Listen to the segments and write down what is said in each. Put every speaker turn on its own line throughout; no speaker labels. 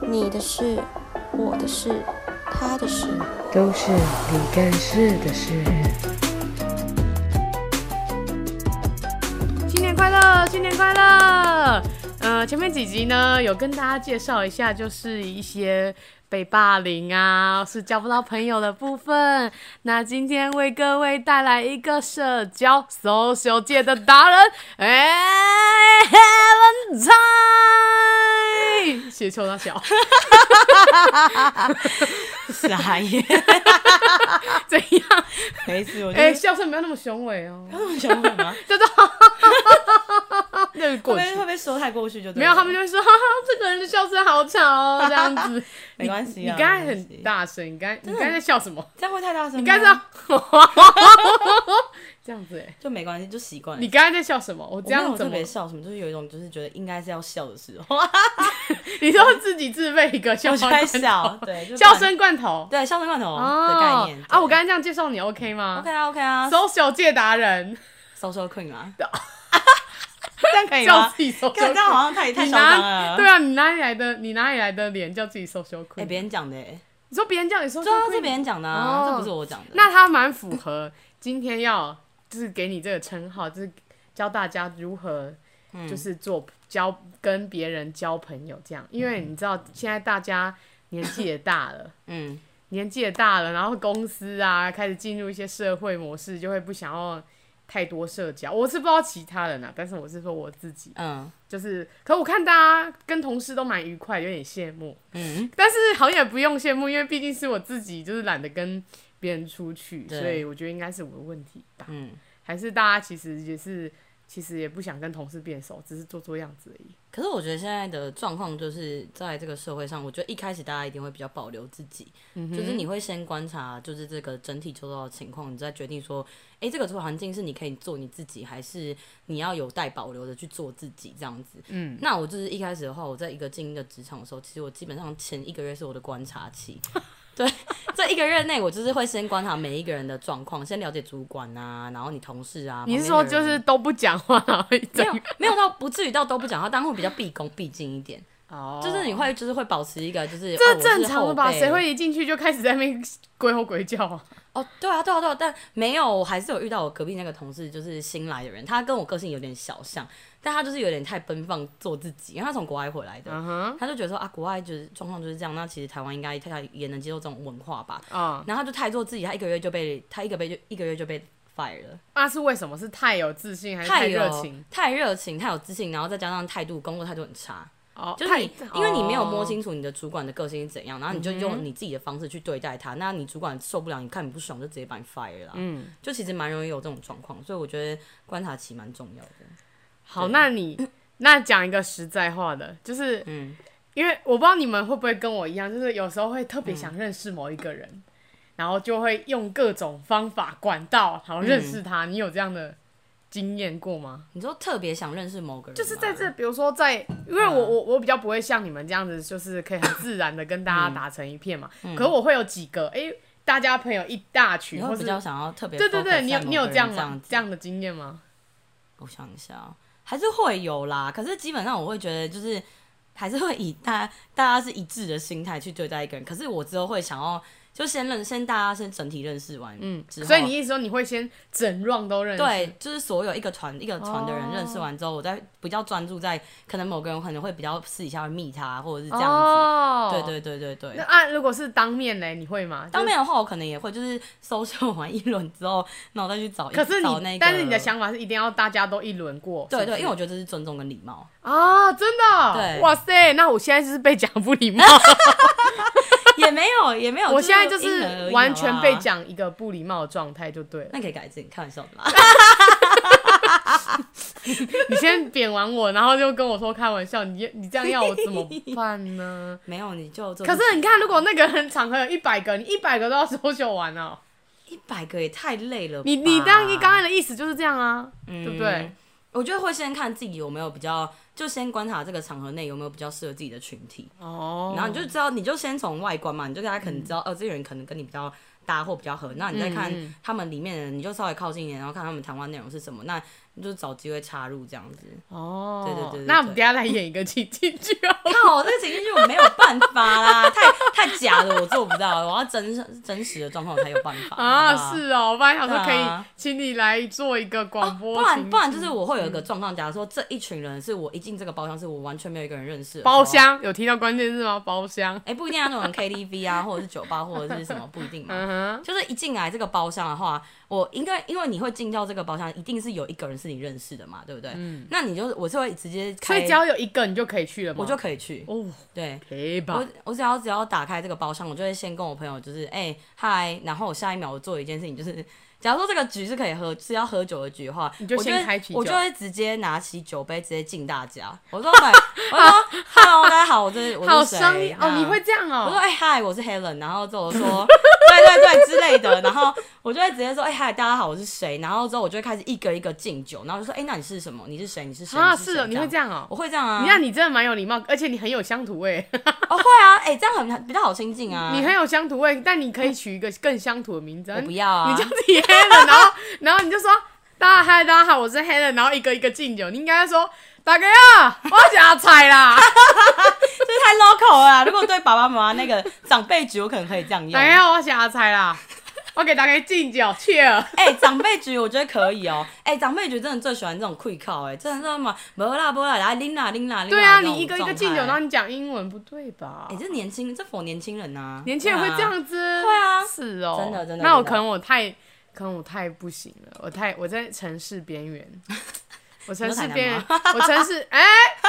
你的事、我的事、他的事。
都是你干事的事。
新年快乐，新年快乐！呃，前面几集呢，有跟大家介绍一下，就是一些被霸凌啊，是交不到朋友的部分。那今天为各位带来一个社交 social 界的达人，哎、h e l e n 蔡，写错了小，
傻 眼，
怎样？
没事，我就
哎、
是
笑声不要那么雄伟哦，
想问吗？
叫做那个
会
过去
被。会被说太过去就对了
没有，他们就会说哈哈，这个人的笑声好吵哦，这样 子。
没关系
你
啊
刚才
没关系
很大声，你刚你刚才在笑什么？
这样会太大声吗，
你刚才这样 这样子哎，
就没关系，就习惯了。
你刚才在笑什么？我
我
这
没有
样怎
特
么？
别笑什么，就是有一种就是觉得应该是要笑的时候，
你说自己自备一个笑
我就
声
在
罐
笑，
头，
对，就
笑
不然
声罐头
对笑声罐头的概
哦
念
啊！我
对
刚才这样介绍你 OK 吗
OK 啊 OK 啊
？social 界达人，
，social queen 啊，这样可以
叫
吗？
自己 social，
看这样好像太太
你
嚣张
拿
了，
对啊，你哪里来的？你哪里来的脸叫自己 social
哎，别
queen？
人讲的，哎
你说别人叫你 social
对啊，
queen，
是别人讲的
哦
啊，这不是我讲的。
那他蛮符合今天要就是给你这个称号，就是教大家如何
嗯
就是做交跟别人交朋友这样，因为你知道现在大家年纪也大了。
嗯，
年纪也大了，然后公司啊开始进入一些社会模式，就会不想要太多社交。我是不知道其他人啊，但是我是说我自己，
嗯
就是可我看大家跟同事都蛮愉快，有点羡慕。
嗯，
但是好像也不用羡慕，因为毕竟是我自己，就是懒得跟别人出去，
对
所以我觉得应该是我的问题吧。
嗯，
还是大家其实也是，其实也不想跟同事变熟，只是做做样子而已。
可是我觉得现在的状况就是在这个社会上，我觉得一开始大家一定会比较保留自己，
嗯
就是你会先观察，就是这个整体周遭的情况，你再决定说，诶，这个环境是你可以做你自己，还是你要有待保留的去做自己这样子。嗯，那我就是一开始的话，我在一个进一个职场的时候，其实我基本上前一个月是我的观察期。 对，这一个月内，我就是会先观察每一个人的状况，先了解主管啊，然后你同事啊。
你是
旁
说
边的
就
人
是都不讲话，然后一
没
整
有没有到不至于到都不讲话，但会比较毕恭毕敬一点，
哦
就是你会就是会保持一个就是哦
这
我是
正常的吧？
后辈
谁会一进去就开始在那边鬼吼鬼叫啊？
哦？对啊对啊对啊，但没有，我还是有遇到我隔壁那个同事，就是新来的人，他跟我个性有点小像，但他就是有点太奔放做自己，因为他从国外回来的。
嗯哼，
他就觉得说啊，国外就是状况就是这样，那其实台湾应该他也能接受这种文化吧。
啊、
然后他就太做自己，他一个月就被他一个月就一个月就被 fire 了。
那、啊是为什么？是太有自信还是
太
热
有
情？
太热情，太有自信，然后再加上态度，工作态度很差。
哦，
就是你，
太
因为你没有摸
哦嗯
清楚你的主管的个性是怎样，然后你就用你自己的方式去对待他，那你主管受不了，你看你不爽就直接把你 fire 了。嗯，就其实蛮容易有这种状况，所以我觉得观察期蛮重要的。
好，
对
那你那讲一个实在话的，就是，
嗯
因为我不知道你们会不会跟我一样，就是有时候会特
嗯
别想认识某一个人，然后就会用各种方法管道，然后认
嗯
识他。你有这样的经验过吗？
你说特别想认识某个人吗，
就是在这，比如说在，因为我
嗯
我我比较不会像你们这样子，就是可以很自然的跟大家
嗯
打成一片嘛。可我会有几个，哎、大家朋友一大群，
你
或
会
是
比较想要特别
对对
focus
对，你有
在
你有
某个
这样
人
吗？
子
这样的经验吗？
我想一下哦，还是会有啦。可是基本上我会觉得，就是还是会以大大家是一致的心态去对待一个人。可是我之后会想要，就先认先大家先整体认识完，嗯，之后
所以你意思说你会先整 round 都认识？哦
对，就是所有一个团一个团的人认识完之后，我再比较专注在可能某个人可能会比较私底下会密他，或者是这样子。
哦、
对对对对
那
对。
啊，如果是当面嘞，你会吗？
当面的话，我可能也会就是 搜索完一轮之后，那我再去找一。
就是。可是你，
找那个
但是你的想法是一定要大家都一轮过。
对
是不
对，
是
因为我觉得这是尊重跟礼貌。
啊，真的哦，
对
哇塞，那我现在就是被讲不礼 貌，
也没有也没有，
我现在就
就是因人而
是
异
完全
好
被
吧
讲一个不礼貌的状态就对了。
那可以改进，开玩笑的 啦。
你先贬完我，然后就跟我说开玩笑，你你这样要我怎么办 呢？
没有，你就做
可是你看，如果那个人 场合有一百个，你一百个都要搜秀完哦。
一百个也太累了吧。
你你当你刚才的意思就是这样啊，对不对？
我觉得会先看自己有没有比较，就先观察这个场合内有没有比较适合自己的群体，
哦嗯
然后你就知道，你就先从外观嘛，你就大家可能知道，哦，这个人可能跟你比较
嗯
搭或比较合，那你再看他们里面的人，你就稍微靠近一点，然后看他们谈话内容是什么，那就是找机会插入这样 子。
哦，
对对对对对
那我们等一下来演一个情境剧 哦。
靠，这个情境剧我没有办法啦，太太假了，我做不到，我要真真实的状况我才有办法
啊，
好不好
是哦，我本来想说可
对
以
啊
请你来做一个广播
不
情境、
然不然就是我会有一
嗯
个状况，假如说这一群人是我一进这个包厢，是我完全没有一个人认识的时候
包。厢有提到关键字吗？包厢，
哎、不一定要那种 KTV 啊，或者是酒吧，或者是什么，不一定嘛。
嗯
就是一进来这个包厢的话，我应该因为你会进到这个包厢，一定是有一个人是你认识的嘛，对不对？那你就是我是会直接
嗯哼，所
开
以只，要有一个你就可以去了吗？
我就可以去。
哦，
对，
陪吧
我，我只要只要打开这个包厢，我就会先跟我朋友就是哎嗨、然后我下一秒我做一件事情就是，假如说这个局是可以喝是要喝酒的局的话，
你就
我
先
会
开啤
我
酒
就会直接拿起酒杯直接敬大家，我说嗨，我说 hello 大家好，我这我
好
是
生
谁
意哦，
那
你会这样
我说
哦，
哎嗨，我是 Helen，然后之后我说对对对之类的，然后我就会直接说哎嗨，大家好，我是谁，然后之后我就会开始一个一个敬酒，然后就说哎那你是什么？你是谁？你是谁？
啊，
是
是
谁
哦，你会这？样哦
我。会这样啊，
你看，你真的蛮有礼貌，而且你很有乡土味，
哦会啊，哎、这样很很比较好亲近啊。
你很有乡土味，但你可以取一个更乡土的名字啊。
我不要啊，
你就自己黑了，然后然后你就说大家嗨，大家好，我是黑人，然后一个一个敬酒，你应该说大哥 呀，我假菜啦，
这太 local 了啊。如果对爸爸妈妈那个长辈局，我可能可以这样用。
大哥
哎、
呀，我假菜啦，我给大家敬酒，cheer，
哎长辈局我觉得可以哦、哎、长辈局真的最喜欢这种 quick call，哎、真的知道吗？没啦没啦，来拎啦拎啦拎啦。
对啊，
哎这种
你一个一个
状态
敬酒，然后你讲英文，不对吧
哎、？这年轻，这否年轻人呐、啊，
年轻人会这
对啊。
样子，
对啊
是哦，
真的真的
那我
真的
可能我太，可能我太不行了，我太我在城市边 缘。我城市边缘
你，
我城市，哎、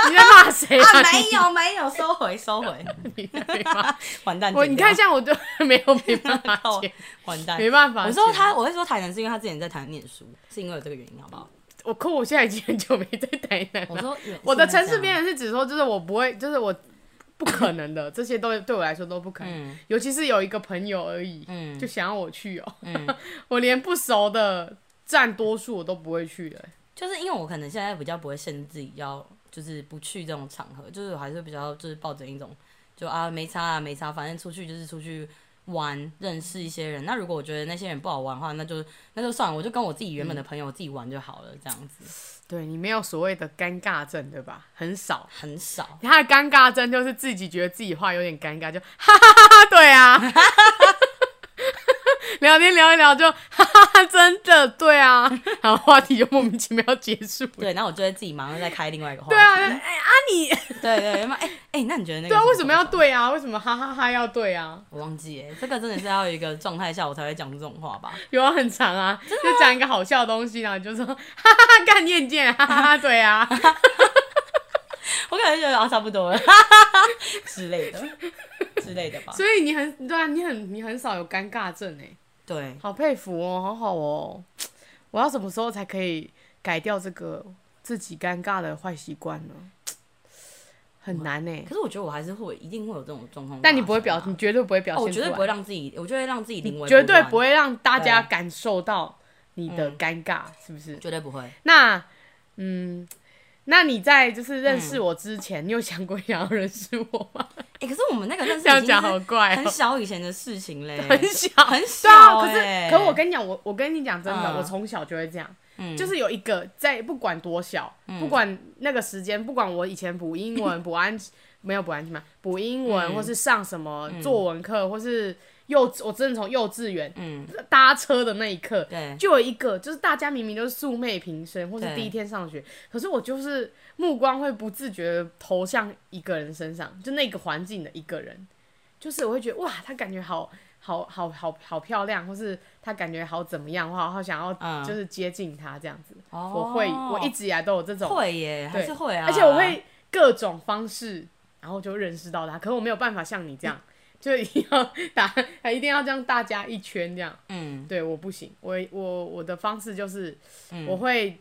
你在骂谁啊？
啊，没有没有，收回收回，
你没骂
完蛋！
我，
剪
你
掉
看像我就 没有没办 法
靠
接
完蛋，
没办法
我
剪。
说他，我会说台南是因为他之前在台南念书，是因为有这个原因，好不好？
我可我现在已经很久没在台南
我
了。
说
嗯我的城市边，缘是指说，就是我不会，就是我不可能的，这些都对我来说都不可能。
嗯
尤其是有一个朋友而已，
嗯
就想要我去哦、
嗯，
我连不熟的占多数我都不会去的、
就是因为我可能现在比较不会限制自己要，就是不去这种场合，就是我还是比较就是抱着一种就啊没差啊没差，反正出去就是出去玩，认识一些人。那如果我觉得那些人不好玩的话，那就那就算了，我就跟我自己原本的朋友、我自己玩就好了，这样子
对你没有所谓的尴尬症，对吧？很少。
很少。
他的尴尬症就是自己觉得自己话有点尴尬，就 哈哈哈哈，对啊， 聊天聊一聊就 哈哈哈，真的对啊，然后话题就莫名其妙结束了。
对，那我就会自己马上再开另外一个话题。
对啊，哎、啊你，
对对，那哎哎，那你觉得那个
对啊，
什
为什么要
状况？
对啊？为什么哈哈哈要对啊？
我忘记哎，这个真的是要有一个状态下我才会讲出这种话吧？
有啊，很长啊，就讲一个好笑的东西，然后你就说哈 哈哈，干念见，哈哈哈，对啊，
我可能觉得啊差不多了之类的之类的吧。
所以你很对啊，你很你很少有尴尬症哎，
对，
好佩服哦，好好哦，我要什么时候才可以改掉这个自己尴尬的坏习惯呢？很难哎
可，是我觉得我还是会一定会有这种状况发生啊，
但你不会表，你绝对不会表
哦，
现出来，
我绝对不会让自己，我就会让自己临危，
绝对不，会让大家
对
感受到你的尴尬，是不是？
绝对不会。
那，嗯，那你在就是认识我之前，你有想过想要认识我吗？
哎，可是我们那个认识
这样
已经
讲
是
好怪
很
哦
小以前的事情嘞，
很小，
很
对啊。
小
可是
欸，
可我跟你讲，我我跟你讲真的，
嗯
我从小就会这样，
嗯
就是有一个在不管多小，不管那个时间，不管我以前补英文、补安没有补安全嘛，补英文
嗯
或是上什么作文课，或是幼稚，我真的从幼稚园
嗯，
搭车的那一刻，
对，
就有一个，就是大家明明都是素昧平生，或是
对
第一天上学，可是我就是目光会不自觉地投向一个人身上，就那个环境的一个人，就是我会觉得哇，他感觉好好好好好漂亮，或是他感觉好怎么样，我好好想要
嗯
就是接近他这样子。
哦
我会，我一直以来都有这种，
会耶，还
对
是会啊，
而且我会各种方式，然后就认识到他，可是我没有办法像你这样，就一定要 打，一定要这样大家一圈这样。
嗯，
对，我不行，我我我的方式就是，
嗯
我会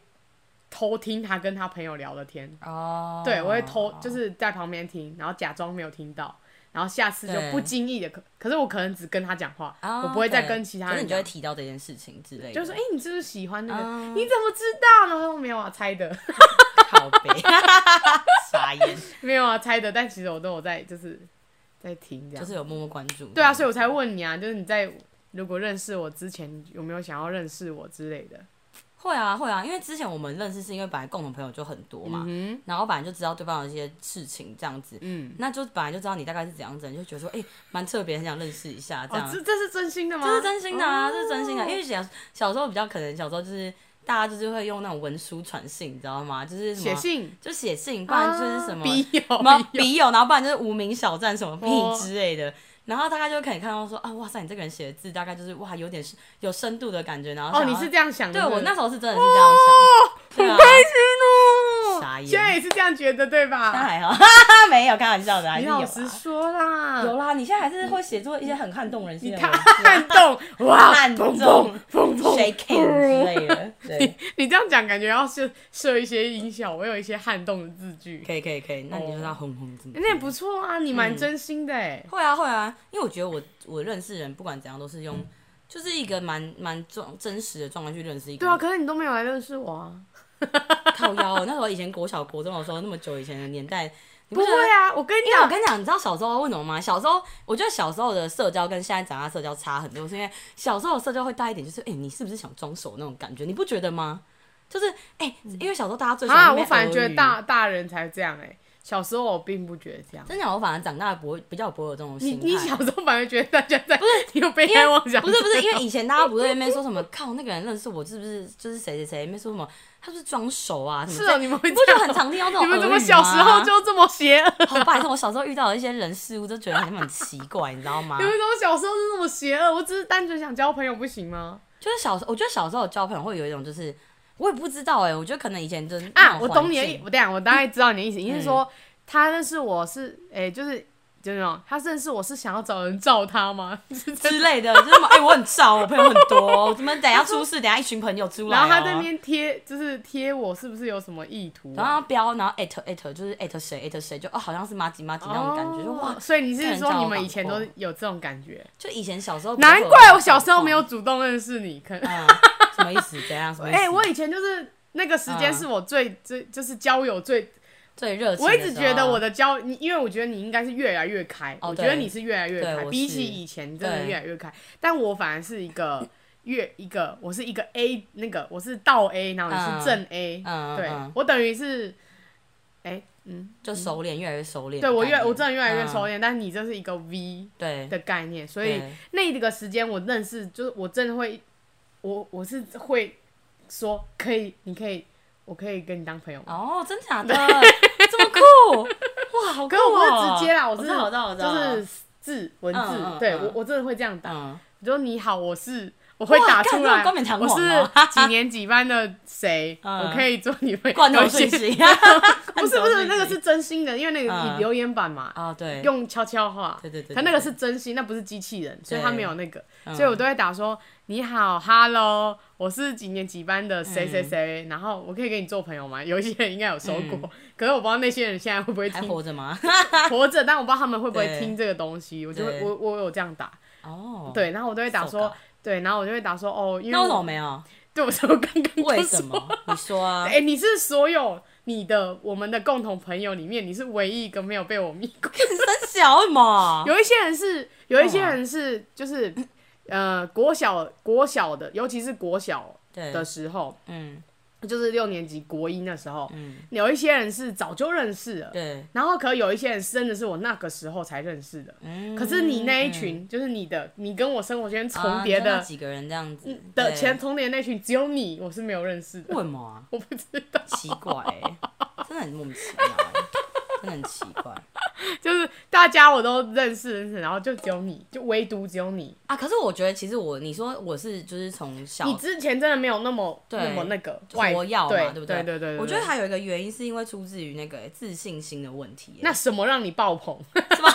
偷听他跟他朋友聊的天，
哦，
对我会偷，就是在旁边听，然后假装没有听到，然后下次就
对
不经意的，可可是我可能只跟他讲话，
啊
我不会再
对
跟其他
可是
人
你就
讲，
会提到这件事情之类的，
就说哎、诶你是不是喜欢那个？
啊
你怎么知道？然后说没有啊，猜的，
靠背，傻眼，
没有啊，猜的，但其实我都有在，就是在听这样，
就是有默默关注，
对啊，所以我才问你啊，就是你在如果认识我之前有没有想要认识我之类的？
会啊，会啊，因为之前我们认识是因为本来共同朋友就很多
嗯
嘛，然后本来就知道对方有一些事情这样子，嗯，那就本来就知道你大概是怎样子，你就觉得说，哎、蛮特别，很想认识一下这样。
哦，这这是真心的吗？哦
这是真心的啊，这是真心的，因为小小时候比较可能，小时候就是大家就是会用那种文书传信，你知道吗？就是什
写，
么
信，啊哦
就写信，不然就是什么、
笔友
什么，
笔友
笔友，然后不然就是无名小站什么
哦
币之类的。然后大概就可以看到说啊，哇塞，你这个人写的字大概就是哇，有点是有深度的感觉。然后
哦，
想
你
要
是这样想的？
对
是不
我
是
那时候是真的是这样想，对啊，
开哦
傻眼
现在也是这样觉得对
那
吧？
还好，哈 哈，没有开玩笑的，还
你
是有
老
啦
实说啦，
有啦。你现在还是会写作一些很撼动人心
你
的
看
文字啊，
撼动哇，
撼动
砰砰砰砰
shaking 之类的， 对。
你这样讲感觉要设设一些音效，我有一些撼动的字句，
可以可以可以，那你就要轰轰怎么？
那也不错啊，你
嗯
蛮真心的哎、
会啊会啊，因为我觉得我我认识人不管怎样都是
嗯
用，就是一个蛮蛮状真实的状态去认识一个
对啊，
人。
可是你都没有来认识我啊。
靠腰哦，那时候以前国小国中的时候，那么久以前的年代，你
不
觉得
会啊，我跟你
因为我
讲，
跟你讲，你知道小时候为什么吗？小时候我觉得小时候的社交跟现在长大社交差很多，是因为小时候的社交会带一点，就是哎、你是不是想装熟那种感觉？你不觉得吗？就是哎、因为小时候大家最喜欢
嗯啊，
妹
我反而觉
俄
得
语
大大人才这样哎、小时候我并不觉得这样。
真的，我反而长大不会比较不会有这种
你
心态。
你小时候反而觉得大家在不是有 被
因
害
为
妄想
不是不是，因为以前大家不是在那边说什么 靠那个人认识我是不是就是谁谁谁，那边说什么他是不是装熟啊什
是
么之类
哦，
的。
你们会
你不
这
就
样
很常听到这种
你们怎么
俄语
小时候
吗啊
就这么邪恶？
好拜托，我小时候遇到的一些人事物都觉得很很奇怪，你知道吗
你？们怎么小时候就这么邪恶？我只是单纯想交朋友，不行吗？
就是小时候，我觉得小时候交朋友会有一种就是我也不知道哎、我觉得可能以前就是那
啊，
种
我
环
懂你的
境
意，我等一下我大概知道你的意 思，你是说他认识我是，哎、就是就那种他认识我是想要找人罩他吗？ 是这样
之类的，就是什么 哎、我很燥，我朋友很多，我怎么等一下出事，等一下一群朋友出来、
然
哦，
后他在那边贴，就是贴我是不是有什么意图、
然
啊？
后标，然后艾特艾特，就是艾特谁艾特谁，就哦好像是马吉马吉那种感觉，就哇
哦，所以你是说你们以前
这
都
人叫
有这种感觉？
就以前小时候，
难怪我小时候没有。主动认识你，可能
嗯，什么意思？怎样？什么意思？
哎、我以前就是那个时间
嗯
是我最、最就是交友最
最热情。
我一直觉得我，的交你，因为我觉得你应该是越来越开，
啊哦
我觉得
对
你是越来越
对
开，
我
比
是
起以前你真的
对
越来越开，但我反而是一 个越一个，我是一个 A 那个我是倒 A，然后你
嗯
是正 A，、
嗯，
对、
嗯
我等于是，哎、嗯，
就熟练，越来越熟练的
对
概念。
我越我真的越来越熟
嗯。
练，但你这是一个 V
对，
的概念，所以
对
那一个时间我认识，就是我真的会，我我是会说可以，你可以，我可以跟你当朋友吗？
哦，真假的，这么 酷，哇，好酷
可是我不
哦！
是直接啦，
我
是
知道，我知道，我知道，哦
就是字文字，
嗯嗯
对
嗯
我我真的会这样打，
嗯，
就你好，我是我会打出
干这
来，
种冠冕堂
我
皇
是
哦
几年几班的谁，
嗯
我可以做你会
罐头
有一些
信息，
不
不
是不是那个是真心的，因为那个
嗯
你留言板嘛，
啊，对，
用悄悄话，
对对对对
他那个是真心，那不是机器人，所以他
对
没有那个，
嗯
所以我都会打说你好，hello，我是几年几班的
嗯
谁谁谁，然后我可以跟你做朋友吗？有一些人应该有收
嗯
过，可是我不知道那些人现在会不会
还
听
活着吗？
活着，但我不知道他们会不会
对
听这个东西，我就会
对
我我有这样打，
哦，，
对，然后我都会打
手
说
稿
对，然后我就会打说哦，因为
那为什么
我
没有？
对我说我刚刚
为
就
什
说，
么？你说 啊
哎、，你是所有你的我们的共同朋友里面，你是唯一一个没有被我迷过。
很小嘛，
有一些人是，有一些人是，就是，呃，国小国小的，尤其是国小
对
的，时候，
嗯
就是六年级国一那时候，
嗯，
有一些人是早就认识了，
对，
然后可有一些人真的是我那个时候才认识的，
嗯
可是你那一群，就是你的，你跟我生活圈重
啊
叠
就那
的
几个人这样子
的
对
前重叠那群，只有你我是没有认识的，
为什么啊？
我不知道，
奇怪、欸，真的很莫名其妙、欸，真的很奇怪
就是大家我都认识认识，然后就只有你，就唯独只有你，
啊！可是我觉得，其实我你说我是就是从小
你之前真的没有那么
对
那么那个外
活药嘛，
对
不
对？对
对
对
我觉得还有一个原因是因为出自于那个、自信心的问题、欸，
那什么让你爆 棚？
什么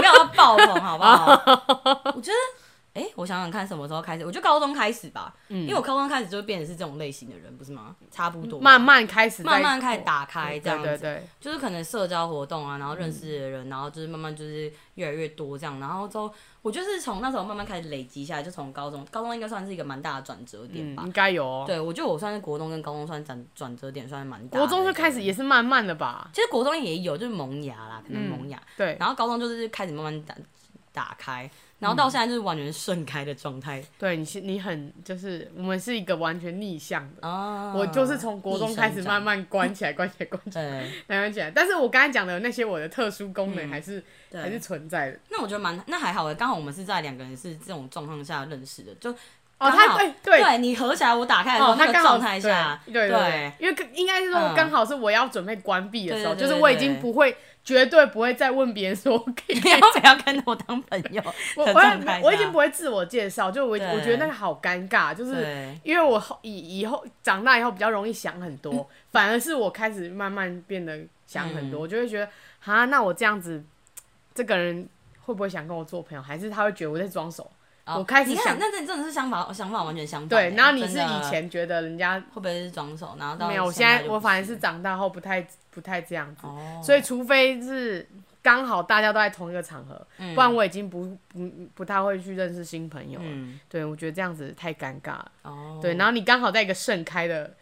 没有要爆棚，好不好？我觉得，哎、我想想看什么时候开始，我觉得高中开始吧，
嗯
因为我高中开始就变成是这种类型的人，不是吗？差不多，
慢慢开始在，哦
慢慢开始打开这样子。
对对对，
就是可能社交活动
嗯
啊，然后认识的人，然后就是慢慢就是越来越多这样，然后之后我就是从那时候慢慢开始累积下来，就从高中，高中应该算是一个蛮大的转折点
嗯，
吧。
应该有哦。
对，我觉得我算是国中跟高中算转转折点，算是蛮大的。
国中就开始也
是，
是慢慢的吧，
其实国中也有，就是萌芽啦，可能萌芽。
对，
然后高中就是开始慢慢长打开，然后到现在就是完全盛开的状态
对你是你很就是我们是一个完全逆向的，
啊
嗯我就是从国中开始慢
慢
慢关起来，关起来，关起来，
对
慢慢起来。但是我刚才讲的那些我的特殊功能还是、
嗯对
还是存在的。
那我觉得蛮那还好的，刚好我们是在两个人是这种状况下认识的，就
哦，
刚
他
好
对对
你合起来，我打开的时候、
哦，他
那个
刚好
状态下，
对对对，因为应该是说
嗯
刚好是我要准备关闭的时候，
对对对
就是我已
对
经不会绝对不会再问别人说我可以
你要不要跟我当朋友？
我
的
我
状态
也我已
下
经不会自我介绍，就我
对
我觉得那个好尴尬，就是
对
因为我后以以后长大以后比较容易想很多，反而是我开始慢慢变得想很多，
嗯
我就会觉得啊，那我这样子，这个人会不会想跟我做朋友，还是他会觉得我在装熟？
哦
我开始
你
想
看，那真真的是想法想法完全相反欸。
对，然后你是
真的
以前觉得人家
会不会是装手？然后到
没有，我现
现
在我反而
正
是长大后不太不太这样子，
哦，
所以除非是刚好大家都在同一个场合，
嗯
不然我已经不不不太会去认识新朋友了。
嗯
对，我觉得这样子太尴尬了。
哦
对，然后你刚好在一个盛开的，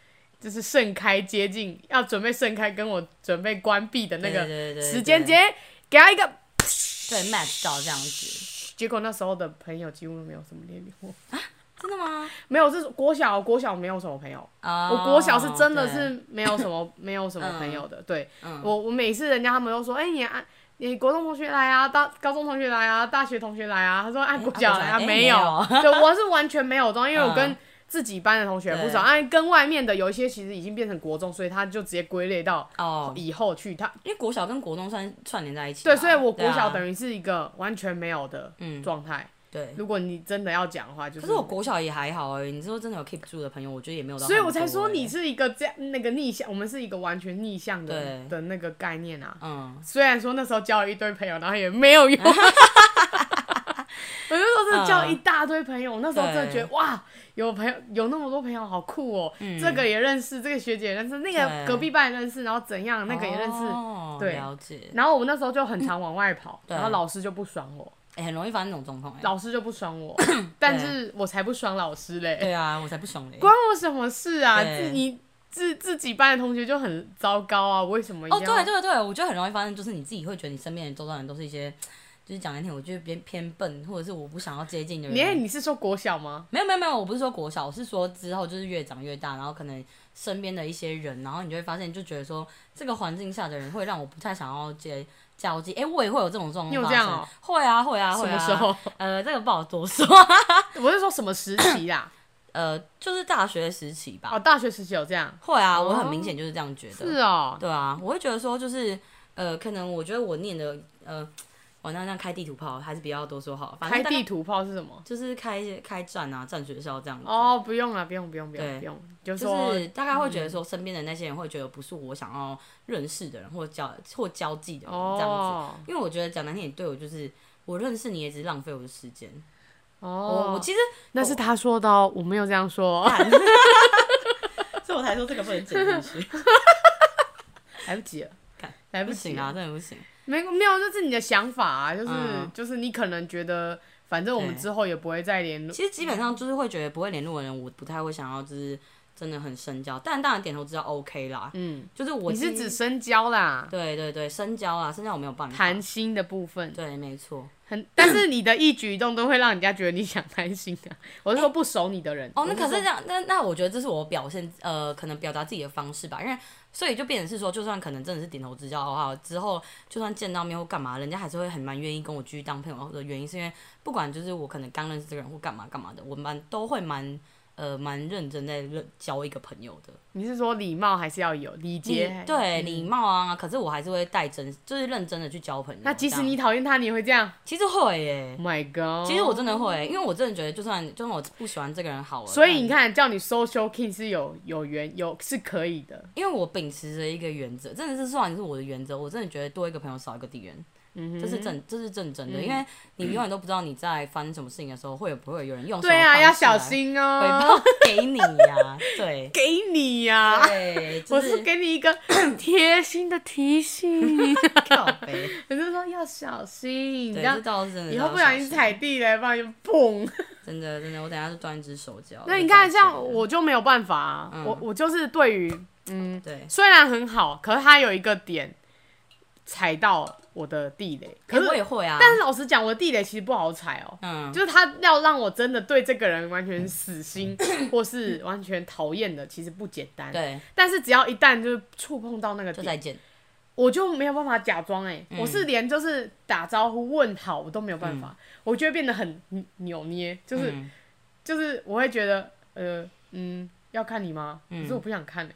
就是盛开接近要准备盛开，跟我准备关闭的那
对
个
对对对
时间
对
节，给他一个。
对 match 到这样子，
结果那时候的朋友几乎都没有什么联络，
啊真的吗？
没有，是国小国小没有什么朋友，
啊
我国小是真的是没有什么没有什么朋友的。对
嗯
我我每次人家他们都说，哎、你啊。你国中同学来啊，大高中同学来啊，大学同学来啊。他说按国小来
啊
啊，
国小
没有
哎，
对，我是完全没有中，因为我跟
嗯
自己班的同学不熟，
对
按跟外面的有一些其实已经变成国中，所以他就直接归类到
哦，
以后去。他
因为国小跟国中算串联在一起吧，
对，所以我国小等
于
于是一个完全没有的
哦啊嗯
状态。
对。
如果你真的要讲的话，就
可是我国小也还好哎，你说真的有 keep 住的朋友，我觉得也没有到
所
很多
以
欸，
我才说你是一个这样那个逆向，我们是一个完全逆向的
对
的那个概念啊。
嗯，
虽然说那时候交了一堆朋友，然后也没有用。 我就说是
嗯
交一大堆朋友，我那时候真的觉得哇，有朋友有那么多朋友好酷哦、这个也认识，这个学姐也认识，那个
嗯对
隔壁班也认识，然后怎样那个也认识。
哦
对
了解，
然后我那时候就很常往外跑，
对
然后老师就不爽我，
哎，很容易发生这种状况哎。
老师就不爽我， 但是我才不爽老师嘞。
对啊，我才不爽嘞。
关我什么事啊？
对
自你自自己班的同学就很糟糕啊，为什么一
哦，
定要？
对对对，我觉得很容易发生，就是你自己会觉得你身边的周遭人都是一些，就是讲难听，我觉得偏偏笨，或者是我不想要接近的
你哎
人。
你是说国小吗？
没有没有没有，我不是说国小，我是说之后就是越长越大，然后可能身边的一些人，然后你就会发现，就觉得说这个环境下的人会让我不太想要接交际。哎，我也会有这种状况。
你有这样哦？
会啊会啊
什
会
么
啊。
时？候？
呃，这个不好多说。
我是说什么时期 啦？
呃，就是大学时期吧。
哦，大学时期有这样。
会啊，我很明显就是这样觉得。
是哦，
对啊，我会觉得说就是呃，可能我觉得我念的呃，我那样开地图炮还是比较多说好，反正
开
大概
地图炮是什么？
就是开一些开站啊，站学校这样子。
哦，不用了，不用，不用，不用，
对
不用，就
就
说
是大概会觉得说，身边的那些人会觉得不是我想要认识的人，或交或交际的人这样子。
哦
因为我觉得讲难听点，对我就是我认识你也只是浪费我的时间。我我
哦，
其实，
那是他说的哦，我没有这样说。 哦
所以我才说这个不能剪进去，
来不及了
干，
来
不
及
行啊，
了。
真的不行。
没没有，这是你的想法啊，就是
嗯
就是你可能觉得，反正我们
对
之后也不会再联络。
其实基本上就是会觉得不会联络的人，我不太会想要就是真的很深交，但当然点头之交 OK 啦，
嗯，
就是我
你是
基
指深交啦，
对对对深交啊，深交我没有办法，
谈心的部分，
对，没错。
很，但是你的一举一动都会让人家觉得你想谈心啊。我是说不熟你的人。
哦，那
我
可是
说
这样，那那我觉得这是我表现呃，可能表达自己的方式吧，因为所以就变成是说，就算可能真的是点头之交的话，之后就算见到面或干嘛，人家还是会很蛮愿意跟我继续当朋友的原因，是因为不管就是我可能刚认识这个人或干嘛干嘛的，我蛮都会蛮呃蛮认真在认交一个朋友的。
你是说礼貌还是要有礼
礼
节？
对
嗯
礼貌啊，可是我还是会带真，就是认真的去交朋友。
那即
这
使
样
你讨厌他，你也会这样。
其实会耶、
Oh my god！
其实我真的会，因为我真的觉得，就算就算我不喜欢这个人好了，
所以你
但，
看，叫你 social king 是有有缘有是可以的。
因为我秉持着一个原则，真的是算是我的原则，我真的觉得多一个朋友少一个敌人，
嗯哼嗯
这是正这是正真的，因为你永远都不知道你在发生什么事情的时候，会有不会有人用什么
对啊，
方式
要小
来
心
回
哦、
报给你呀、对
给你呀、
对，就
我是给你一 个贴心的提醒，
靠背，
我就说要小心，你这
对，这
样
倒是真的，
以后不小心踩地雷，不然就砰。
真的真的，我等一下就断一只手脚。
那你
就
看，
抱歉
像
了
我就没有办法、啊，
嗯
我我就是对于
对
虽然很好，可是他有一个点踩到我的地雷。可
可
是，
我也会啊，
但是老实讲，我的地雷其实不好踩哦、
嗯，
就是他要让我真的对这个人完全死 心，或是完全讨厌的，其实不简单。。
对，
但是只要一旦就是触碰到那个
就嗯
点，
再见。
我就没有办法假装哎、我是连就是打招呼问好我都没有办法，我就会变得很扭扭捏，就是、
嗯
就是我会觉得呃嗯要看你吗？
嗯
可是我不想看、欸，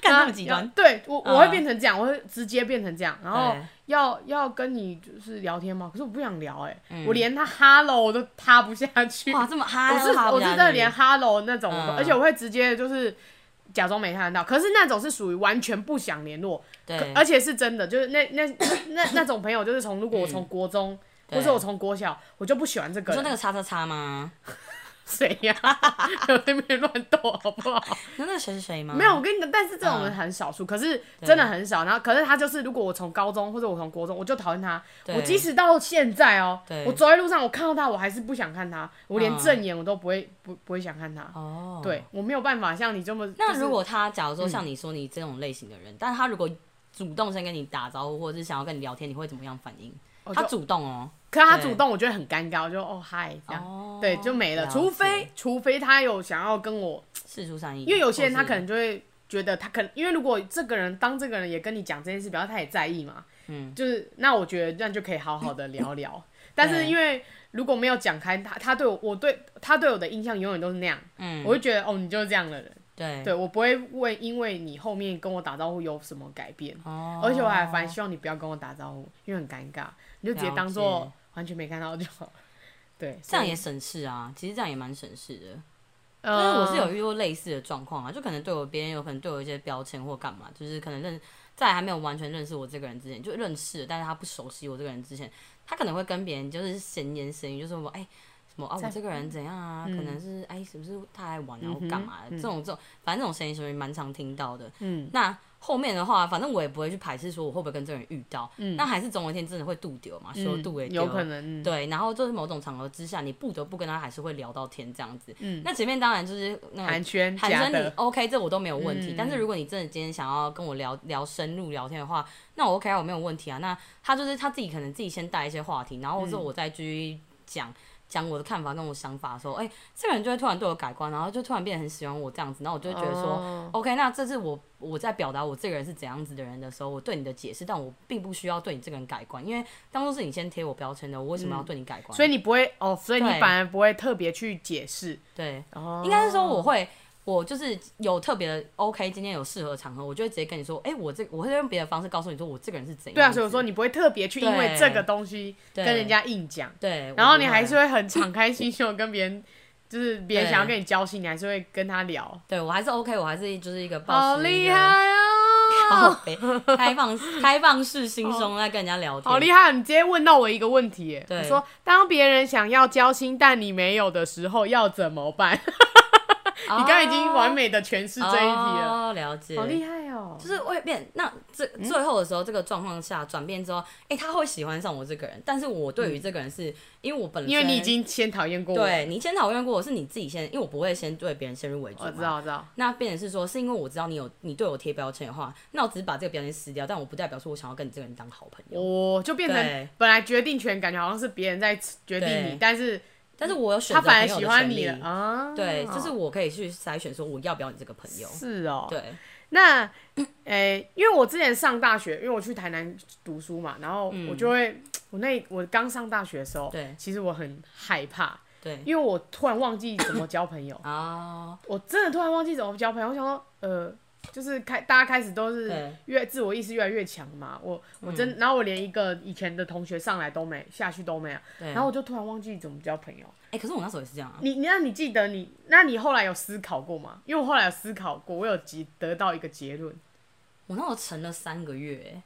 干
啊
这么极端
要，对我
嗯
我会变成这样，我会直接变成这样，然后
对
要要跟你就是聊天吗？可是我不想聊哎、我连他 hello 我都搭不下去，
嗯哇，这么哈，
我是我是真的连 hello 那种我都，
嗯
而且我会直接就是假装没看到，可是那种是属于完全不想联络，
对
可，而且是真的，就是那那那那种朋友，就是从如果我从国中，
对
或者我从国小，我就不喜欢这个
你说
人
那个叉叉叉吗？
谁呀， 有那边乱斗好不好？
你说那个谁谁谁吗？
没有，我，跟你讲，但是
嗯
这种人很少数，可是真的很少。然后，可是他就是，如果我从高中或者我从国中，我就讨厌他。
对
我即使到现在哦、
对
我走在路上，我看到他，我还是不想看他，我连
嗯
正眼我都不会不不会想看他。
哦，
对。我没有办法像你这么。就
那
是嗯
如果他假如说像你说你这种类型的人，但他如果主动先跟你打招呼，或者是想要跟你聊天，你会怎么样反应？
我就
他主动哦，
可是他
对
主动，我觉得很尴尬，我就哦嗨这样，
哦
对，就没了。
了
除
解
非除非他有想要跟我，
事出善意。
因为有些人他可能
或
就会觉得他可能，因为如果这个人当这个人也跟你讲这件事，表示他也在意嘛，
嗯，
就是那我觉得这样就可以好好的聊聊。但是因为如果没有讲开，他他对我，我对他对我的印象永远都是那样，
是嗯，
我就觉得哦，你就是这样的人，
对
对我不会问，因为你后面跟我打招呼有什么改变，
哦
而且我还蛮希望你不要跟我打招呼，因为很尴尬，你就直接当
了
做
解
完全没看到就好。对，
这样
所以
也省事啊，其实这样也蛮省事的。因为
呃，
我是有遇过类似的状况啊，就可能对我别人有可能对我一些标签或干嘛，就是可能认在还没有完全认识我这个人之前就认识了，但是他不熟悉我这个人之前，他可能会跟别人就是闲言闲语，就说我哎。什么啊？
在
我这个人怎样啊？
嗯
可能是哎，是不是太爱玩啊？
嗯
我
哼
干嘛的？
嗯
这种这种，反正这种闲言闲语蛮常听到的。
嗯，
那后面的话，反正我也不会去排斥说我会不会跟这个人遇到。那还是总有一天真的会度丢嘛，说
嗯
度也丢。
有可能，嗯，
对，然后就是某种场合之下，你不得不跟他还是会聊到天这样子。
嗯
那前面当然就是那
寒
个
暄
喊
假
声你
的，
OK，这我都没有问题。
嗯
但是如果你真的今天想要跟我聊聊深入聊天的话，那我 OK 啊，我没有问题啊。那他就是他自己可能自己先带一些话题，然后
嗯
之后我再继续讲。讲我的看法跟我想法的时候，哎、这个人就会突然对我改观，然后就突然变得很喜欢我这样子，然后我就会觉得说、
哦
o k 那这是我我在表达我这个人是怎样子的人的时候，我对你的解释，但我并不需要对你这个人改观，因为当初是你先贴我标签的，我为什么要对你改观？
嗯所以你不会哦，所以你
对
反而不会特别去解释，
对，
哦，
应该是说我会，我就是有特别的 OK，今天有适合的场合，我就会直接跟你说，哎、我这我会用别的方式告诉你说我这个人是怎样。
对啊，所以我说，你不会特别去因为
对
这个东西
对
跟人家硬讲，
对，
然后你
我不
还
会
是会很敞开心胸地跟别人，就是别人
对
想要跟你交心，你还是会跟他聊，
对我还是 OK，我还是就是一个保
好
持一
厉
个
害啊
靠
哦，
北开放开放式心胸在跟人家聊天，
好厉害！你直接问到我一个问题耶，
对
我说当别人想要交心但你没有的时候要怎么办？你
哦
刚才已经完美的诠释这一题了，
哦、了解，
好厉害嗯哦！
就是会变。那这最后的时候，这个状况下转变之后，哎、他会喜欢上我这个人，但是我对于这个人是、因为我本身
嗯因为你已经先讨厌过我，
对你先讨厌过我，是你自己先，因为我不会先对别人先入为主嘛。
我哦知道，我知道。
那变成是说，是因为我知道你有你对我贴标签的话，那我只是把这个标签撕掉，但我不代表说我想要跟你这个人当好朋友。
哦，就变
对
成本来决定权感觉好像是别人在决定
对
你，但是
但是我有选
他
择
反而
朋友
喜
的
欢
权
你
利
了啊。
对，就是我可以去筛选说我要不要你这个朋友。
是哦。
对，
那诶、因为我之前上大学，因为我去台南读书嘛，然后我就会，我那我刚上大学的时候，
嗯对
其实我很害怕，
对，，
因为我突然忘记怎么交朋友
啊，
我真的突然忘记怎么交朋友，我想说，呃。就是开，大家开始都是
对嗯
越自我意识越来越强嘛。我我真，然后我连一个以前的同学上来都没，下去都没有。
对。
然后我就突然忘记怎么交朋友。
哎、可是我那时候也是这样啊。
你你那你记得你那你后来有思考过吗？因为我后来有思考过，我有结得到一个结论，
我那时候沉了三个月、欸，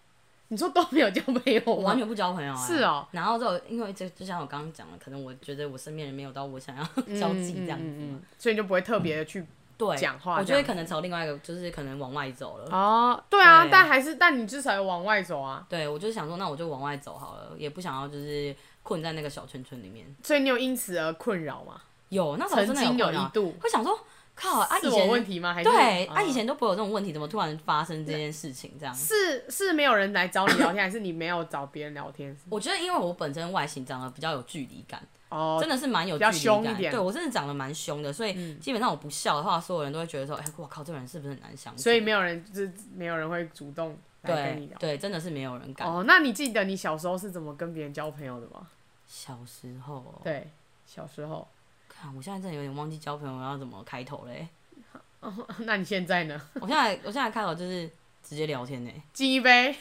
你说都没有交朋友
我
吗
完？全不交朋友、啊。
是哦
然后就因为这就像我刚刚讲的，可能我觉得我身边人没有到我想要 交际
嗯
这样子嘛。
所以你就不会特别的去、
对，
讲话
我
这
觉
样
得可能朝另外一个，就是可能往外走了。
哦，对啊，
嗯对
但还是但你至少有往外走啊，
对，我就想说，那我就往外走好了，也不想要就是困在那个小圈圈里面。
所以你有因此而困扰吗？
有那时候真的
曾经
有困
有
扰
一度
会想说，靠啊！
是
以
我
前
问题吗？还是
对
哦
啊，以前都不会有这种问题，怎么突然发生这件事情？这样，
是是没有人来找你聊天，还是你没有找别人聊 天？
我觉得因为我本身外形长得比较有距离感，
哦，
真的是蛮有
比
距
较
离
凶一
感。
点嗯
对我真的长得蛮凶的，所以基本上我不笑的话，所有人都会觉得说，哎、我靠，这个人是不是很难相处？
所以没有人就是没有人会主动来跟你
对
聊。
对，真的是没有人敢。
哦，那你记得你小时候是怎么跟别人交朋友的吗？
小时候哦，
对，小时候。
看我现在真的有点忘记交朋友要怎么开头嘞。
那你现在呢？
我现在我现在开头就是直接聊天呢、
敬一杯，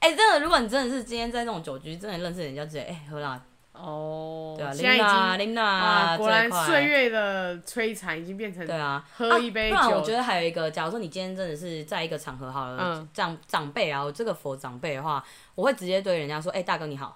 哎、真的，如果你真的是今天在这种酒局，真的认识人家，直接哎、喝啦，
哦，
对啊，
现在已经
琳
啊，
娜，
果然
最快
岁月的摧残已经变成
对啊，
喝一杯
不然我觉
酒，
得还有一个，假如说你今天真的是在一个场合好了
嗯，
长、长辈啊，我这个佛长辈的话，我会直接对人家说：“哎、大哥你好。”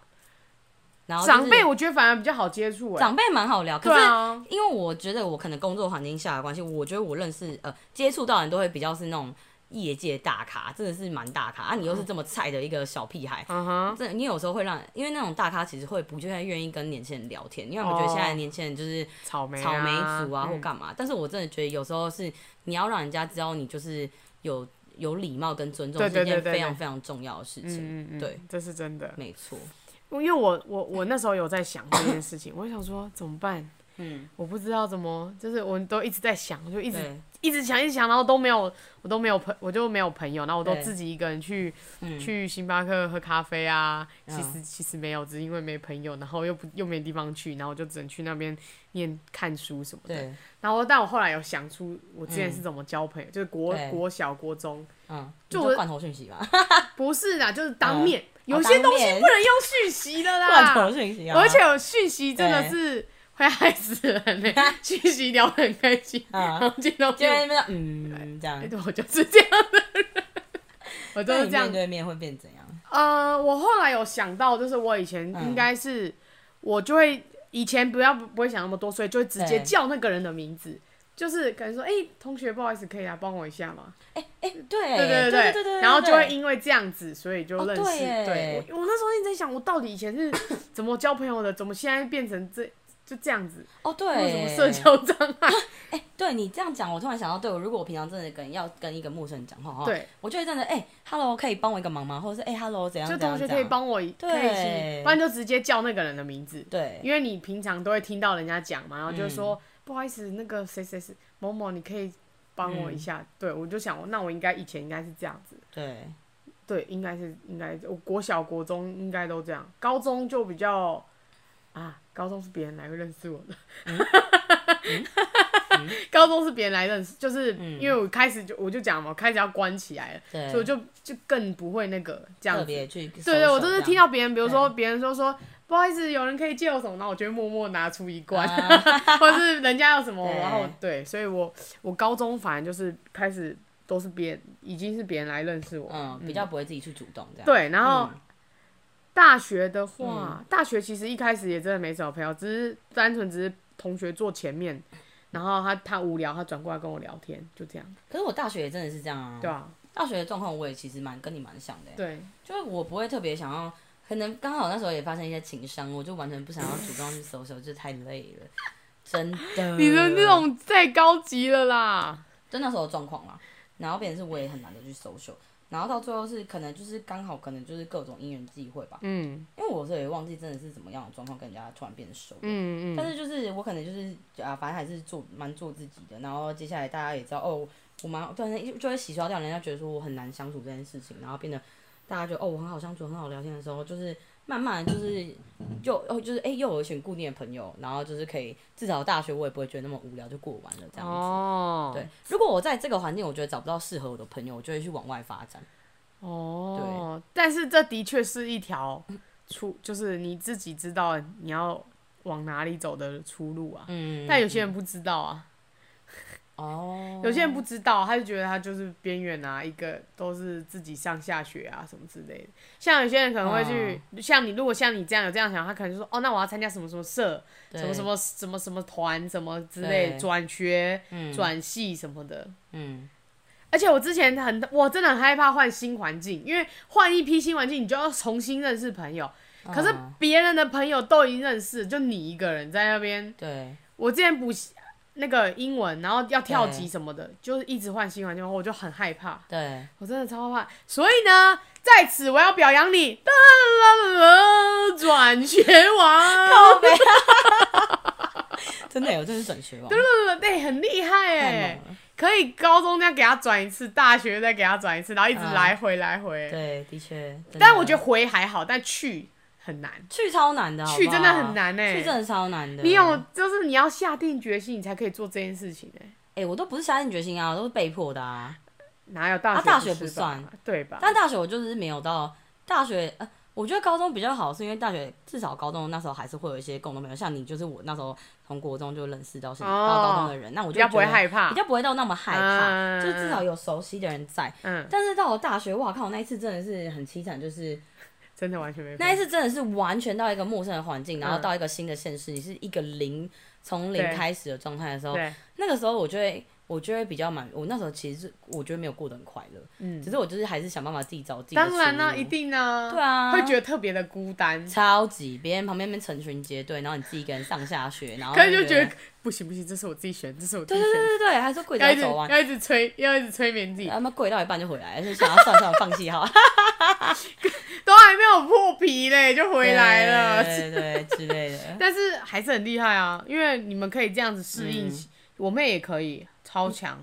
然后、
长辈，我觉得反而比较好接触哎。
长辈蛮好聊，可
对
是
啊，
因为我觉得我可能工作环境下的关系，我觉得我认识呃接触到的人都会比较是那种业界大咖，真的是蛮大咖啊！你又是这么菜的一个小屁孩，
嗯哼，
这啊你有时候会让，因为那种大咖其实会不太愿意跟年轻人聊天，因为我觉得现在的年轻人就是
草莓
草莓族啊
哦
或
嗯
干嘛。但是我真的觉得有时候是你要让人家知道你就是有有礼貌跟尊重
对
是
对
一件
对对
非常
对
非常重要的事情。
嗯嗯嗯，
对，
这是真的。
没错，
因为我我我那时候有在想这件事情，我想说怎么办？
嗯，
我不知道怎么，就是我都一直在想，我就一直
对，
一直想，一直想，然后都没有，我都没有朋，我就没有朋友，然后我都
对
自己一个人去
嗯，
去星巴克喝咖啡啊。
嗯
其实其实没有，只是因为没朋友，然后又不又没地方去，然后我就只能去那边念看书什么的。
对，
然后，但我后来有想出我之前
嗯
是怎么交朋友，就是国
对
国小、国中，
嗯，
就
就
我啊
罐头讯息吧，
不是啦，就是当
嗯
面，有
哦
些
当
东西
面
不能用讯息 的啦。
罐头讯息啊，
而且有讯息真的
对
是会害死人嘞、讯息聊得很开心，然
啊
后见到
就在
面，
那边嗯这样
哎，，对，我就是这样的人，我都
那
是
你
这样
面。对面会变怎样？
呃，我后来有想到，就是我以前
嗯
应该是、我就会以前不要不会想那么多，所以就会直接
对
叫那个人的名字。就是可能说，哎、同学，不好意思，可以来啊帮我一下吗？
哎，对
对对
对对
对
对，
然后就会因为这样子，所以就
哦
认识。
对耶
对，我我那时候一直在想，我到底以前是怎么交朋友的，怎么现在变成这就这样子？
哦
为
对，
什么社交障 碍？
对你这样讲，我突然想到，对我如果我平常真的跟要跟一个陌生人讲话哈，
对，
我就会真的哎、h e l l o 可以帮我一个忙吗？或者是哎、h e l l o 怎样
就
怎样
同学可以
怎样
帮我一，可
对
以一起，不然就直接叫那个人的名字，
对，
因为你平常都会听到人家讲嘛，然后就会说、不好意思，那个谁谁谁某某，你可以帮我一下。对，我就想，那我应该以前应该是这样子，
对
对，应该是应该，我国小、国中应该都这样，高中就比较啊，高中是别人来认识我的，嗯 高中是别人来认识，就是因为我开始就我就讲嘛，我开始要关起来了，
对，
所以我就就更不会那个这样
特
子。
别去搜索这
对
样，
对，我都是听到别人，比如说
对
别人说说不好意思，有人可以借我什么，然后我就会默默拿出一罐，
啊
或者是人家要什么，
对
然后对，所以我我高中反正就是开始都是别人，已经是别人来认识我，
嗯，比较不会自己去主动这样，
对，然后。
嗯
大学的话，大学其实一开始也真的没什么朋友，只是单纯只是同学坐前面，然后他他无聊，他转过来跟我聊天，就这样，
可是我大学也真的是这样啊，
对啊，
大学的状况我也其实蛮跟你蛮像的欸，
对，
就是我不会特别想要，可能刚好那时候也发生一些情伤，我就完全不想要主动去搜索，就是太累了，真的，
你的那种太高级了啦，
就那时候的状况啦。然后变成是我也很难得去搜寻，然后到最后是可能就是刚好可能就是各种因缘际会吧，
嗯
因为我是也忘记真的是怎么样的状况跟人家突然变熟的。
嗯
但
嗯，
是就是我可能就是啊，反正还是做蛮做自己的，然后接下来大家也知道哦，我蛮突然间就会洗刷掉人家觉得说我很难相处这件事情，然后变得大家觉得哦我很好相处，很好聊天的时候，就是慢慢地就是就哦就是哎、又有一群固定的朋友，然后就是可以至少大学我也不会觉得那么无聊就过完了这样子。
哦，
对，如果我在这个环境，我觉得找不到适合我的朋友，我就会去往外发展。
哦，但是这的确是一条出，就是你自己知道你要往哪里走的出路啊。
嗯
但有些人不知道啊，
哦，
有些人不知道，他就觉得他就是边缘啊，一个都是自己上下学啊什么之类的。像有些人可能会去，
哦
像你如果像你这样有这样想，他可能就说哦，那我要参加什么什么社，
对
什么什么什么什么团，什么之类，
对
转学、
嗯
转系什么的。
嗯，
而且我之前很，我真的很害怕换新环境，因为换一批新环境，你就要重新认识朋友。可是
嗯
别人的朋友都已经认识，就你一个人在那边。
对
我之前补习那个英文，然后要跳级
对
什么的，就是一直换新环境，我就很害怕，
对，
我真的超害怕。所以呢，在此我要表扬你，哒啦啦啦转学王，
真的耶，我真的是转学王，
对，很厉害
太
哎
猛，了。
可以高中这样给他转一次，大学再给他转一次，然后一直
嗯
来回来回。
对，的确。真的
但我觉得回还好，但去很难。
去超难的，好不
去
好
真的很难耶
去真的超难的。
你有，就是你要下定决心，你才可以做这件事情哎、
哎，我都不是下定决心啊，我都是被迫的啊。
哪有大
啊
学、
大学
不
不
是吧
算，
对吧？
但大学我就是没有到大学，呃，我觉得高中比较好，是因为大学至少高中那时候还是会有一些共同朋友，像你就是我那时候从国中就认识到现在
哦
到高中的人，那我
比
就
较不会
觉得
害怕
比。较不会到那么害
嗯
怕，就至少有熟悉的人在。
嗯，
但是到了大学，哇靠，那一次真的是很凄惨，就是
真的完全没。
那一，次真的是完全到一个陌生的环境，然后
嗯
到一个新的县市，你是一个零从零
对
开始的状态的时候，
对，
那个时候我就会我就会比较满，我那时候其实是我觉得没有过得很快乐，
嗯
只，是我就是还是想办法自己找自己的
当然啦、
出路
一定呢、
对啊
会觉得特别的孤单，
超级别人旁边那边成群结队，然后你自己一个人上下学，然后
可是就
觉
觉得不行不行，这是我自己选，这是我自
对
己
对
选
对对对，还说跪着
要一
要
直
走完。
要一直催，要一直催眠自己，
他妈啊跪到一半就回来了，就想要算算放弃好，
都还没有破皮嘞就 回来了，
对对对之类的。
但是还是很厉害啊，因为你们可以这样子适应，
嗯
我妹也可以超强，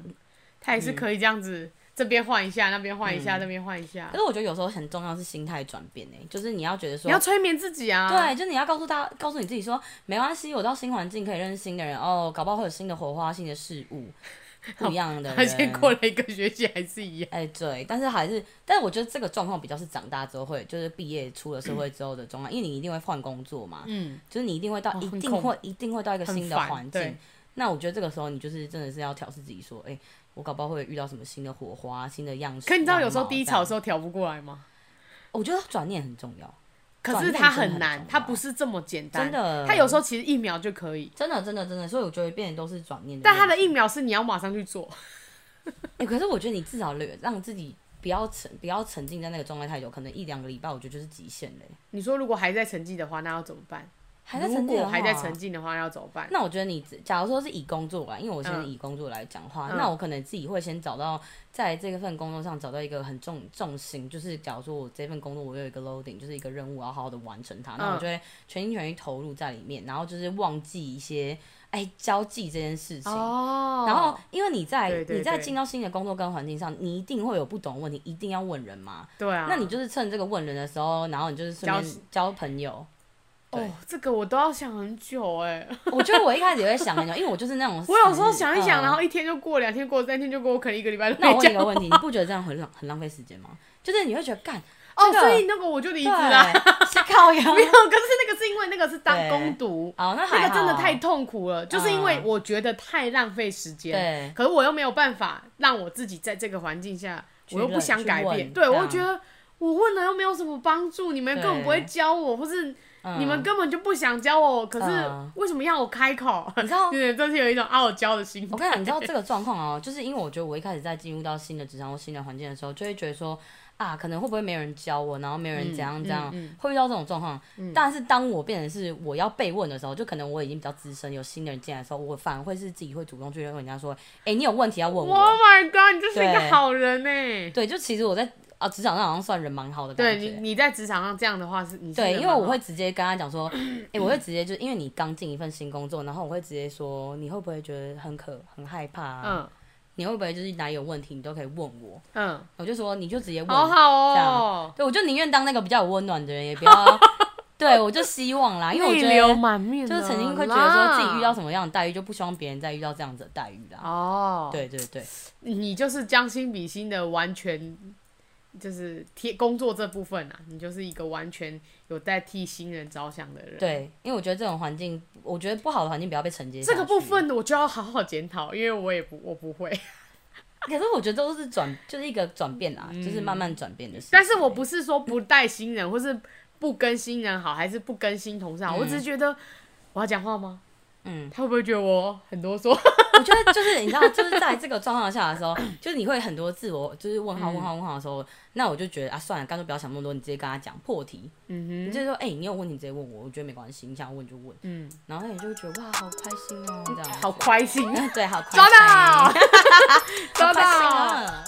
她也是可以这样子，这边换一下，那边换一下，
嗯
那边换一下
可，是我觉得有时候很重要是心态转变诶、就是你要觉得说
你要催眠自己啊，
对，就你要告诉大告诉你自己说，没关系，我到新环境可以认识新的人哦，搞不好会有新的火花、新的事物， 不一样的
她现
人
在过了一个学期还是 一样，
哎、对，但是还是，但是我觉得这个状况比较是长大之后会，就是毕业出了社会之后的状况，因为你一定会换工作嘛，
嗯，
就是你一定会到，
哦
一
很
定
恐
会，一定会到一个
很
新的
烦
环
对
境。那我觉得这个时候你就是真的是要调试自己，说，哎、我搞不好会遇到什么新的火花、新的样式。
可你知道有时候
样貌
低
这
潮
样
的时候调不过来吗？
我觉得转念很重要，
可是
转念
它
真的
很
很
难
重，
它
要
不是这么简单。
真的
它有时候其实一秒就可以，
真的，真的，真的，所以我觉得变得都是转念的
但
问题。
它的一秒是你要马上去做。
哎、可是我觉得你至少略让自己不要沉，不要沉浸在那个状态太久，可能一两个礼拜，我觉得就是极限嘞、
你说如果还在沉寂的话，那要怎么办？
还在
如
沉浸的
果还在
话
沉浸的话，那要怎么办？
哦那我觉得你只，假如说是以工作来，因为我现在
嗯
以工作来讲话，
嗯
那我可能自己会先找到在这份工作上找到一个很重重心，就是假如说我这份工作我有一个 loading，就是一个任务，我要好好的完成
嗯
它，那我就会全心全意投入在里面，然后就是忘记一些哎交际这件事情。
哦
然后，因为你在
对对
你在
对
进到新的工作跟环境上，你一定会有不懂的问题，一定要问人嘛。
对啊，
那你就是趁这个问人的时候，然后你就是顺便
交
交朋友。对
哦，这个我都要想很久哎、
我觉得我一开始也会想很久，因为我就是那种
我有时候想一
嗯
想，然后一天就过，两天过，三天就过，我可能一个礼拜都
那我
没
问
讲
你个问题， 你不觉得这样很浪很浪费时间吗？就是你会觉得干
哦，
这个
所以那个我就离
对
职了。
是靠腰
啊 没有，可是那个是因为那个是当
对
攻读，
哦，那还
那
好
个真的太痛苦了，就是因为我觉得太浪费时间。
对
可是我又没有办法让我自己在这个环境下，
去
我又不
认
想
去
改变，
问
对
这
我
样
觉得我问了又没有什么帮助，你们根本不会
对
教我，或是
嗯
你们根本就不想教我，可
嗯
是为什么要我开口？
你知 道。
对，真是有一种傲娇的心态。
我跟你讲，你知道这个状况哦， 就是因为我觉得我一开始在进入到新的职场或新的环境的时候，就会觉得说啊，可能会不会没有人教我，然后没有人怎样怎样，
嗯嗯嗯
会遇到这种状况。但是当我变成是我要被问的时候，就可能我已经比较资深，有新的人进来的时候，我反而会是自己会主动去问人家说，哎、你有问题要问
Oh
我。
my god！你就是一个
对
好人欸呢。
对，就其实我在啊职场上好像算人蛮好的感
对
觉。
你，你在职场上这样的话是，你是
对，
人
因为
蛮
我
好
会直接跟他讲说，哎、我会直接就因为你刚进一份新工作，然后我会直接说，你会不会觉得很可很害怕、啊？
嗯
你会不会就是哪里有问题你都可以问我？
嗯，
我就说你就直接问。
好好
这
哦
样，对，我就宁愿当那个比较有温暖的人，也不 要。对，我就希望啦，因为我
泪
觉
流
得
满面
就是曾经会
了
觉得说自
啦
己遇到什么样的待遇，就不希望别人再遇到这样子的待遇啦。
哦，
对对对，
你就是将心比心的完全，就是贴工作这部分啊，你就是一个完全有在替新人着想的人。，
对，因为我觉得这种环境，我觉得不好的环境不要被承接。
这个部，分我就要好好检讨，因为我也不我不会，
可是我觉得都是转，就是一个转变啦，就是慢慢转变的事情。
嗯但是我不是说不带新人，或是不跟新人好，还是不跟新同事好，我只是觉得我要讲话吗？
嗯，
他会不会觉得我很啰嗦？
我觉得就是你知道，就是在这个状况下的时候，就是你会很多自我就是问
嗯
号问号问号的时候，那我就觉得啊，算了，干脆不要想那么多，你直接跟他讲破题。嗯你就说，哎、你有问题直接问我，我觉得没关系，你想问就问。嗯，然后你就会觉得哇，好开心哦，这样。
好开心，
对，好
抓
开心
到，抓
好开心
到。
啊！